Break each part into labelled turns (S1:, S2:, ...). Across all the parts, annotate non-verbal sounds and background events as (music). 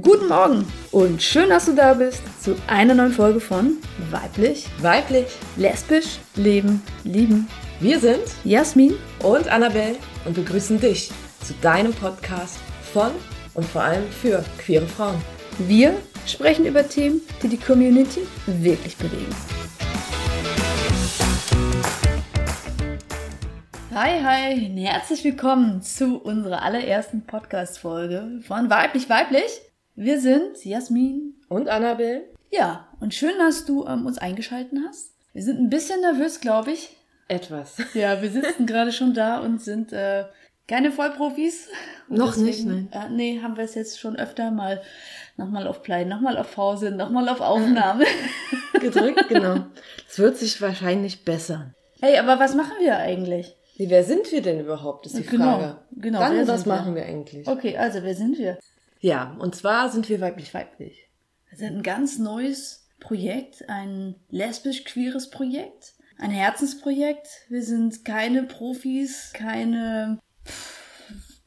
S1: Guten Morgen und schön, dass du da bist zu einer neuen Folge von Weiblich,
S2: Weiblich.
S1: Lesbisch, Leben, Lieben.
S2: Wir sind
S1: Jasmin,
S2: und Annabelle und begrüßen dich zu deinem Podcast von und vor allem für queere Frauen.
S1: wir sprechen über Themen, die die Community wirklich bewegen. Hi, hi, und herzlich willkommen zu unserer allerersten Podcast-Folge von Weiblich, Weiblich. Wir sind Jasmin,
S2: Und Annabelle?
S1: Ja, und schön, dass du ähm, uns eingeschalten hast. Wir sind ein bisschen nervös, glaube ich.
S2: Etwas.
S1: Ja, wir sitzen gerade schon da und sind äh, keine Vollprofis. Und
S2: Noch nicht,
S1: Äh, nee, haben wir es jetzt schon öfter mal nochmal auf Play, nochmal auf Pause, nochmal auf
S2: (laughs)
S1: Aufnahme.
S2: (laughs) Gedrückt, genau. Es wird sich wahrscheinlich bessern.
S1: hey, aber was machen wir eigentlich?
S2: Nee, wer sind wir denn überhaupt, ist die
S1: Genau,
S2: Frage.
S1: genau, wer
S2: Dann,
S1: sind
S2: was
S1: wir?
S2: machen wir eigentlich?
S1: Okay, also wer sind wir?
S2: Ja, und zwar sind wir weiblich-weiblich.
S1: Wir sind ein ganz neues Projekt, ein lesbisch-queeres Projekt, ein Herzensprojekt. Wir sind keine Profis, keine pff,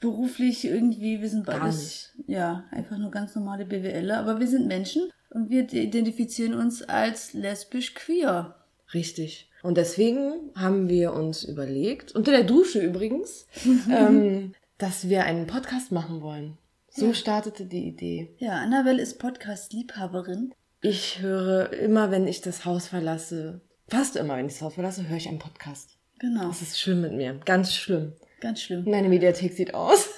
S1: beruflich irgendwie, wir sind
S2: Gar
S1: beides, ja, einfach nur ganz normale BWLer, aber wir sind Menschen und wir identifizieren uns als lesbisch-queer.
S2: Richtig. Und deswegen haben wir uns überlegt, unter der Dusche
S1: (laughs)
S2: übrigens, ähm, dass wir einen Podcast machen wollen. So startete die Idee.
S1: Ja, Annabelle ist Podcast-Liebhaberin.
S2: Ich höre immer, wenn ich das Haus verlasse, fast immer, wenn ich das Haus verlasse, höre ich einen Podcast.
S1: Genau,
S2: Das ist schlimm mit mir, ganz schlimm.
S1: ganz schlimm.
S2: Meine Mediathek sieht aus.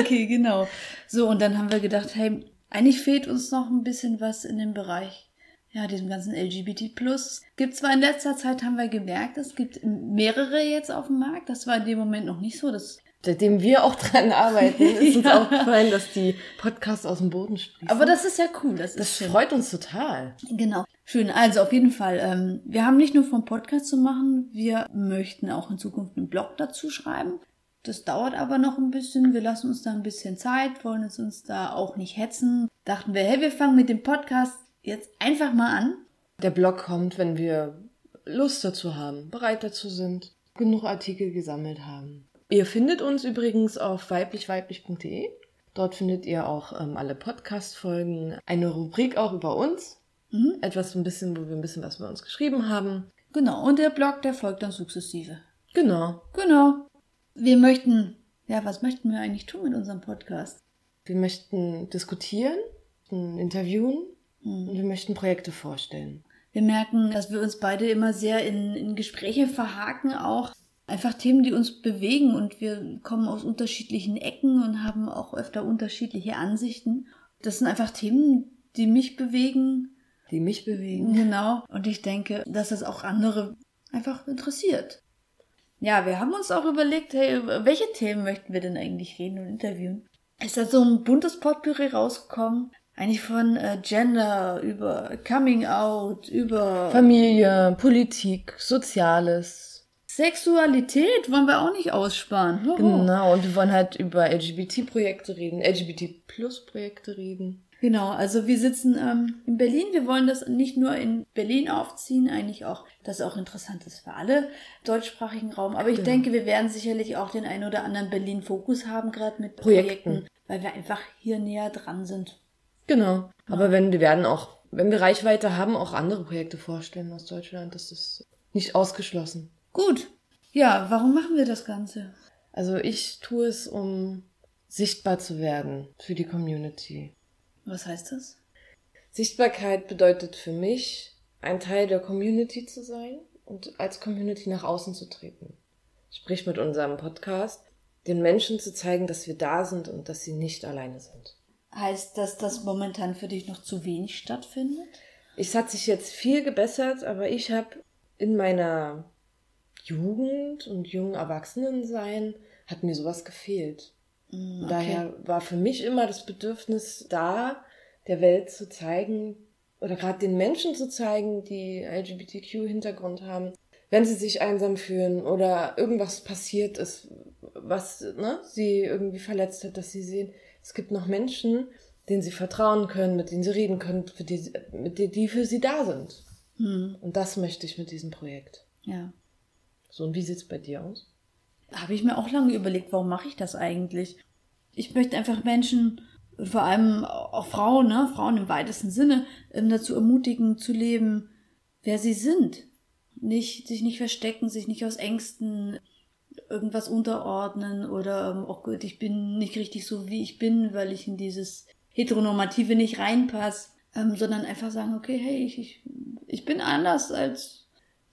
S1: Okay, genau. So, und dann haben wir gedacht, hey, eigentlich fehlt uns noch ein bisschen was in dem Bereich, ja, diesem ganzen LGBT+. Gibt zwar in letzter Zeit, haben wir gemerkt, es gibt mehrere jetzt auf dem Markt. Das war in dem Moment noch nicht so. Das,
S2: Seitdem wir auch dran arbeiten,
S1: (laughs)
S2: ist uns
S1: Ja.
S2: aufgefallen, dass die Podcasts aus dem Boden sprießen.
S1: aber das ist ja cool. Das,
S2: das
S1: ist schön.
S2: freut uns total.
S1: Genau. Schön. Also auf jeden Fall. Ähm, wir haben nicht nur vom Podcast zu machen, wir möchten auch in Zukunft einen Blog dazu schreiben. Das dauert aber noch ein bisschen. Wir lassen uns da ein bisschen Zeit, wollen es uns da auch nicht hetzen. Dachten wir, hey, wir fangen mit dem Podcast jetzt einfach mal an.
S2: Der Blog kommt, wenn wir Lust dazu haben, bereit dazu sind, genug Artikel gesammelt haben. Ihr findet uns übrigens auf weiblichweiblich.de. Dort findet ihr auch ähm, alle Podcast-Folgen, eine Rubrik auch über uns.
S1: Mhm.
S2: Etwas so ein bisschen, wo wir ein bisschen was über uns geschrieben haben.
S1: Genau. Und der Blog, der folgt dann sukzessive.
S2: Genau.
S1: Genau. Wir möchten, ja, was möchten wir eigentlich tun mit unserem Podcast?
S2: Wir möchten diskutieren, möchten interviewen
S1: Hm.
S2: und wir möchten Projekte vorstellen.
S1: Wir merken, dass wir uns beide immer sehr in, in Gespräche verhaken, auch einfach Themen, die uns bewegen und wir kommen aus unterschiedlichen Ecken und haben auch öfter unterschiedliche Ansichten. Das sind einfach Themen, die mich bewegen,
S2: Die mich bewegen.
S1: genau. Und ich denke, dass das auch andere einfach interessiert. Ja, wir haben uns auch überlegt, hey, über welche Themen möchten wir denn eigentlich reden und interviewen? Es ist da so ein buntes Potpourri rausgekommen, eigentlich von äh, Gender über Coming Out, über
S2: Familie, Politik, Soziales.
S1: Sexualität wollen wir auch nicht aussparen. Hoho.
S2: Genau, und wir wollen halt über LGBT-Projekte reden, LGBT-Plus-Projekte reden.
S1: genau, also wir sitzen ähm, in Berlin. Wir wollen das nicht nur in Berlin aufziehen, eigentlich auch, das auch interessant ist für alle deutschsprachigen Raum. Aber ich
S2: Genau.
S1: denke, wir werden sicherlich auch den einen oder anderen Berlin-Fokus haben, gerade mit
S2: Projekten.
S1: Projekten, weil wir einfach hier näher dran sind.
S2: Genau. Aber wenn wir werden auch, wenn wir Reichweite haben, auch andere Projekte vorstellen aus Deutschland. Das ist nicht ausgeschlossen.
S1: Gut. Ja, warum machen wir das Ganze?
S2: Also ich tue es, um sichtbar zu werden für die Community.
S1: Was heißt das?
S2: Sichtbarkeit bedeutet für mich, ein Teil der Community zu sein und als Community nach außen zu treten. Sprich mit unserem Podcast, den Menschen zu zeigen, dass wir da sind und dass sie nicht alleine sind.
S1: Heißt das, dass momentan für dich noch zu wenig stattfindet?
S2: Es hat sich jetzt viel gebessert, aber ich habe in meiner Jugend und jungen Erwachsenensein hat mir sowas gefehlt.
S1: Hm,
S2: Daher war für mich immer das Bedürfnis da, der Welt zu zeigen oder gerade den Menschen zu zeigen, die LGBTQ-Hintergrund haben, wenn sie sich einsam fühlen oder irgendwas passiert ist, was ne, sie irgendwie verletzt hat, dass sie sehen, es gibt noch Menschen, denen sie vertrauen können, mit denen sie reden können, für die, mit die, die für sie da sind.
S1: Hm,
S2: Und das möchte ich mit diesem Projekt.
S1: ja.
S2: So, und wie sieht's bei dir aus?
S1: habe ich mir auch lange überlegt, warum mache ich das eigentlich? Ich möchte einfach Menschen und vor allem auch Frauen, ne, Frauen im weitesten Sinne, ähm, dazu ermutigen zu leben, wer sie sind. Nicht, sich nicht verstecken, sich nicht aus Ängsten irgendwas unterordnen oder, ähm, oh Gott, ich bin nicht richtig so, wie ich bin, weil ich in dieses Heteronormative nicht reinpasse, ähm, sondern einfach sagen, okay, hey, ich, ich, ich bin anders als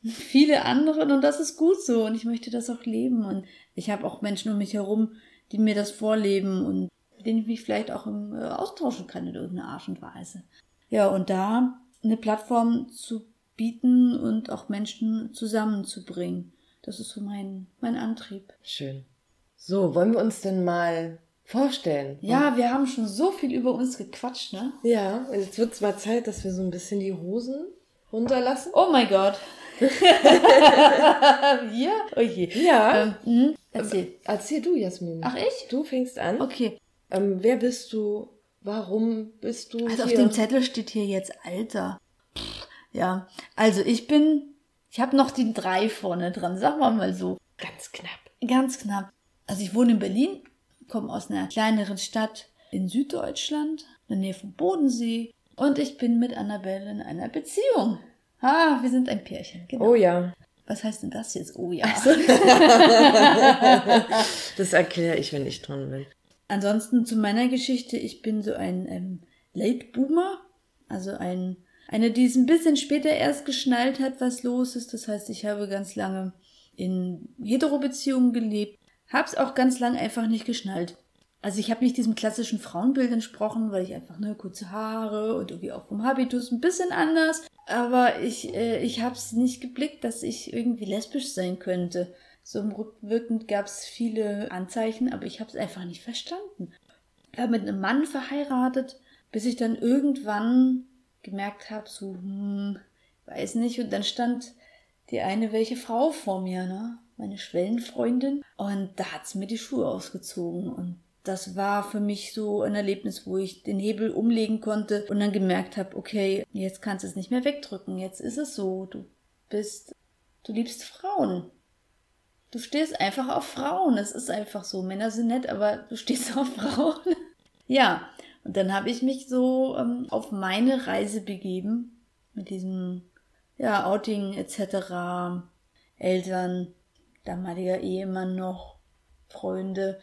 S1: viele anderen und das ist gut so und ich möchte das auch leben und ich habe auch Menschen um mich herum, die mir das vorleben und mit denen ich mich vielleicht auch im, äh, austauschen kann in irgendeiner Art und Weise. Ja, und da eine Plattform zu bieten und auch Menschen zusammenzubringen. Das ist so mein, mein Antrieb.
S2: Schön. So, wollen wir uns denn mal vorstellen?
S1: Ja, wir haben schon so viel über uns gequatscht, ne?
S2: Ja, und jetzt wird's mal Zeit, dass wir so ein bisschen die Hosen runterlassen.
S1: Oh mein Gott. (laughs) wir? Oh je.
S2: Ja.
S1: Ähm, mhm. Erzähl.
S2: Erzähl du, Jasmin.
S1: Ach, ich?
S2: Du fängst an.
S1: Okay.
S2: Ähm, wer bist du? Warum bist du
S1: Also auf
S2: hier?
S1: dem Zettel steht hier jetzt Alter. Pff, Ja, also ich bin, ich habe noch die drei vorne dran, sagen wir mal so.
S2: Ganz knapp.
S1: Ganz knapp. Also ich wohne in Berlin, komme aus einer kleineren Stadt in Süddeutschland, in der Nähe vom Bodensee. Und ich bin mit Annabelle in einer Beziehung. Ah, wir sind ein Pärchen, genau.
S2: Oh ja.
S1: Was heißt denn das jetzt? Oh ja.
S2: Das erkläre ich, wenn ich dran bin.
S1: Ansonsten zu meiner Geschichte, ich bin so ein ähm, Late Boomer, also ein einer, die es ein bisschen später erst geschnallt hat, was los ist. Das heißt, ich habe ganz lange in Hetero-Beziehungen gelebt, hab's auch ganz lange einfach nicht geschnallt. Also ich habe nicht diesem klassischen Frauenbild entsprochen, weil ich einfach ne kurze Haare und irgendwie auch vom Habitus ein bisschen anders. Aber ich äh, ich hab's nicht geblickt, dass ich irgendwie lesbisch sein könnte. So im rückwirkend gab's viele Anzeichen, aber ich hab's einfach nicht verstanden. Ich war mit einem Mann verheiratet, bis ich dann irgendwann gemerkt habe, so, hm, weiß nicht. Und dann stand die eine welche Frau vor mir, ne? Meine Schwellenfreundin. Und da hat's mir die Schuhe ausgezogen. Und das war für mich so ein Erlebnis, wo ich den Hebel umlegen konnte und dann gemerkt habe, okay, jetzt kannst du es nicht mehr wegdrücken. Jetzt ist es so. Du bist, du liebst Frauen. Du stehst einfach auf Frauen. Es ist einfach so. Männer sind nett, aber du stehst (laughs) auf Frauen. ja. Und dann habe ich mich so ähm, auf meine Reise begeben mit diesem ja, Outing etc. Eltern, damaliger Ehemann noch, Freunde,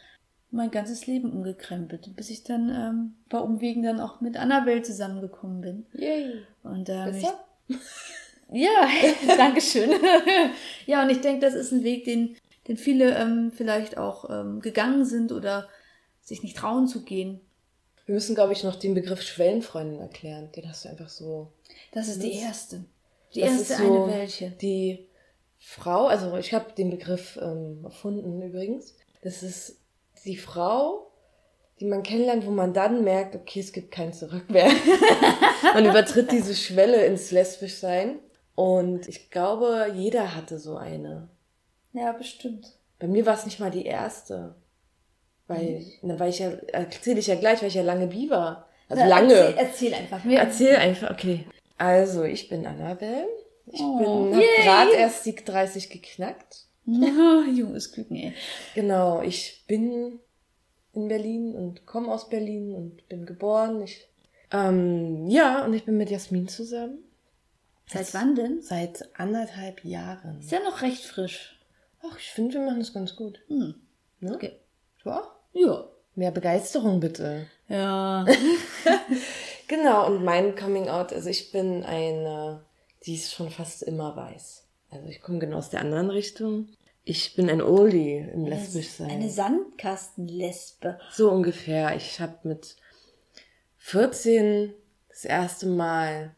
S1: mein ganzes Leben umgekrempelt, bis ich dann ähm, bei Umwegen dann auch mit Annabelle zusammengekommen bin.
S2: Yay.
S1: Und äh, mich
S2: Besser?
S1: ja, (laughs) danke schön. (laughs) ja, und ich denke, das ist ein Weg, den, den viele ähm, vielleicht auch ähm, gegangen sind oder sich nicht trauen zu gehen.
S2: Wir müssen, glaube ich, noch den Begriff Schwellenfreundin erklären. Den hast du einfach so.
S1: Das ist die erste. Die
S2: Das
S1: erste
S2: ist so
S1: eine welche.
S2: Die Frau, also ich habe den Begriff ähm, erfunden übrigens. Das ist die Frau, die man kennenlernt, wo man dann merkt, okay, es gibt kein Zurück mehr. (laughs) man übertritt diese Schwelle ins Lesbischsein. Und ich glaube, jeder hatte so eine.
S1: Ja, bestimmt.
S2: Bei mir war es nicht mal die erste. Weil, na, weil ich ja, erzähle ich ja gleich, weil ich ja lange bi war. Also
S1: Na,
S2: lange.
S1: Erzähl, erzähl einfach. (laughs) Wir
S2: Erzähl einfach, okay. Also, ich bin Annabelle. Ich
S1: Oh.
S2: bin,
S1: Yay.
S2: hab gerade erst die 30 geknackt.
S1: Oh, Junges Küken, ey.
S2: Genau, ich bin in Berlin und komme aus Berlin und bin geboren. Ich, ähm, ja, und ich bin mit Jasmin zusammen.
S1: Seit wann denn?
S2: Seit anderthalb Jahren.
S1: Ist ja noch recht frisch.
S2: Ach, ich finde, wir machen das ganz gut.
S1: Hm.
S2: Ne?
S1: Okay.
S2: Du auch?
S1: Ja.
S2: Mehr Begeisterung bitte.
S1: Ja.
S2: Genau, und mein Coming Out, also ich bin eine, die es schon fast immer weiß. Also ich komme genau aus der anderen Richtung. Ich bin ein Oldie im Lesbischsein.
S1: Eine Sandkastenlesbe.
S2: so ungefähr. Ich habe mit 14 das erste Mal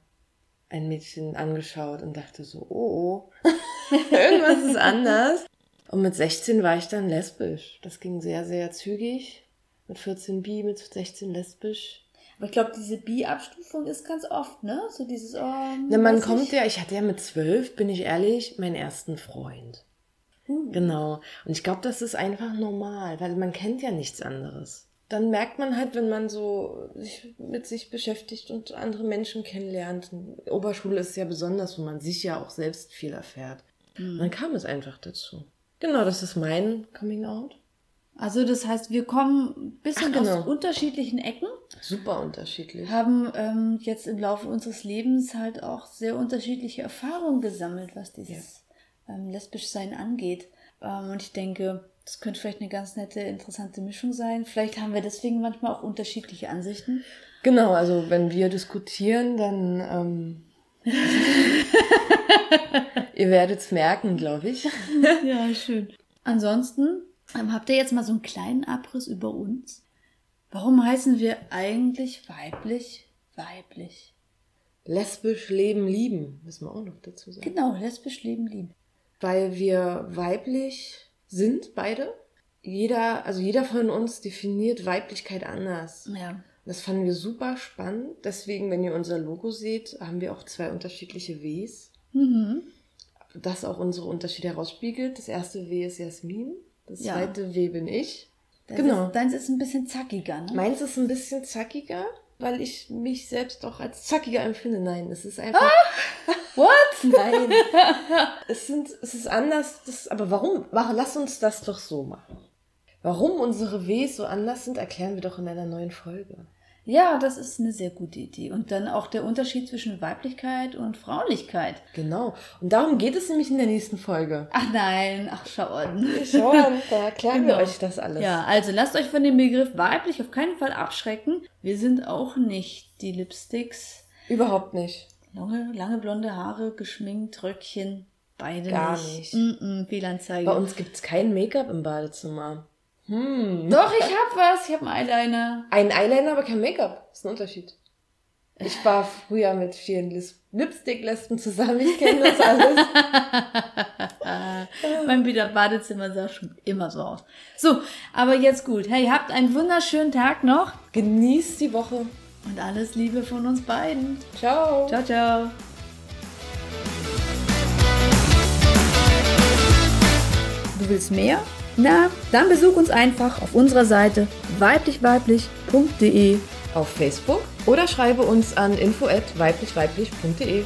S2: ein Mädchen angeschaut und dachte so, oh, (laughs) oh. irgendwas ist anders. Und mit 16 war ich dann lesbisch. Das ging sehr, sehr zügig. Mit 14 bi, mit 16 lesbisch.
S1: Aber ich glaube, diese Bi-Abstufung ist ganz oft, ne? So dieses, ähm,
S2: Na, man
S1: weiß
S2: kommt
S1: ich-
S2: ja, ich hatte ja mit zwölf, bin ich ehrlich, meinen ersten Freund.
S1: Hm.
S2: Genau. Und ich glaube, das ist einfach normal, weil man kennt ja nichts anderes. Dann merkt man halt, wenn man so sich mit sich beschäftigt und andere Menschen kennenlernt. Oberschule ist ja besonders, wo man sich ja auch selbst viel erfährt. Und dann kam es einfach dazu. Genau, das ist mein Coming Out.
S1: Also das heißt, wir kommen ein bisschen
S2: Ach, genau.
S1: aus unterschiedlichen Ecken,
S2: Super unterschiedlich.
S1: haben ähm, jetzt im Laufe unseres Lebens halt auch sehr unterschiedliche Erfahrungen gesammelt, was dieses ähm, Lesbischsein angeht. Ähm, und ich denke, das könnte vielleicht eine ganz nette, interessante Mischung sein. Vielleicht haben wir deswegen manchmal auch unterschiedliche Ansichten.
S2: Genau, also wenn wir diskutieren, dann ähm, (laughs) ihr werdet es merken, glaube ich.
S1: (laughs) Ja, schön. Ansonsten ähm, habt ihr jetzt mal so einen kleinen Abriss über uns. Warum heißen wir eigentlich weiblich weiblich?
S2: Lesbisch leben lieben, müssen wir auch noch dazu sagen.
S1: Genau, lesbisch leben lieben.
S2: Weil wir weiblich sind, beide. Jeder, also jeder von uns definiert Weiblichkeit anders.
S1: Ja.
S2: Das fanden wir super spannend. Deswegen, wenn ihr unser Logo seht, haben wir auch zwei unterschiedliche Ws.
S1: Mhm.
S2: das auch unsere Unterschiede herausspiegelt. Das erste W ist Jasmin, das
S1: Ja.
S2: zweite W bin ich.
S1: Deins
S2: Genau.
S1: Ist, deins ist ein bisschen zackiger, ne?
S2: Meins ist ein bisschen zackiger, weil ich mich selbst auch als zackiger empfinde. Nein, es ist einfach.
S1: What?
S2: (laughs) Nein. es, sind, es ist anders. Das, aber warum? Mach, lass uns das doch so machen. Warum unsere Ws so anders sind, erklären wir doch in einer neuen Folge.
S1: (laughs) Ja, das ist eine sehr gute Idee. Und dann auch der Unterschied zwischen Weiblichkeit und Fraulichkeit.
S2: Genau. Und darum geht es nämlich in der nächsten Folge.
S1: Ach nein, ach schau an.
S2: Schau an, (laughs) da erklären
S1: Genau.
S2: wir euch das alles.
S1: Ja, also lasst euch von dem Begriff weiblich auf keinen Fall abschrecken. Wir sind auch nicht die Lipsticks,
S2: Überhaupt nicht.
S1: Lange, lange blonde Haare, geschminkt, Röckchen, beide
S2: Gar
S1: nicht.
S2: nicht.
S1: Mm-mm, Fehlanzeige.
S2: Bei uns gibt es kein Make-up im Badezimmer. Hm.
S1: Doch, ich hab was. Ich hab einen Eyeliner.
S2: Ein Eyeliner, aber kein Make-up. Ist ein Unterschied. Ich war früher mit vielen Lis- Lipstick-Lesben zusammen. Ich kenne (laughs) das alles.
S1: mein Bida- Badezimmer sah schon immer so aus. So, aber jetzt gut. Hey, habt einen wunderschönen Tag noch
S2: Genießt die Woche.
S1: und alles Liebe von uns beiden.
S2: Ciao.
S1: Ciao, ciao. Du willst mehr? Na, dann besuch uns einfach auf unserer Seite weiblichweiblich.de
S2: Auf Facebook oder schreibe uns an info@weiblichweiblich.de.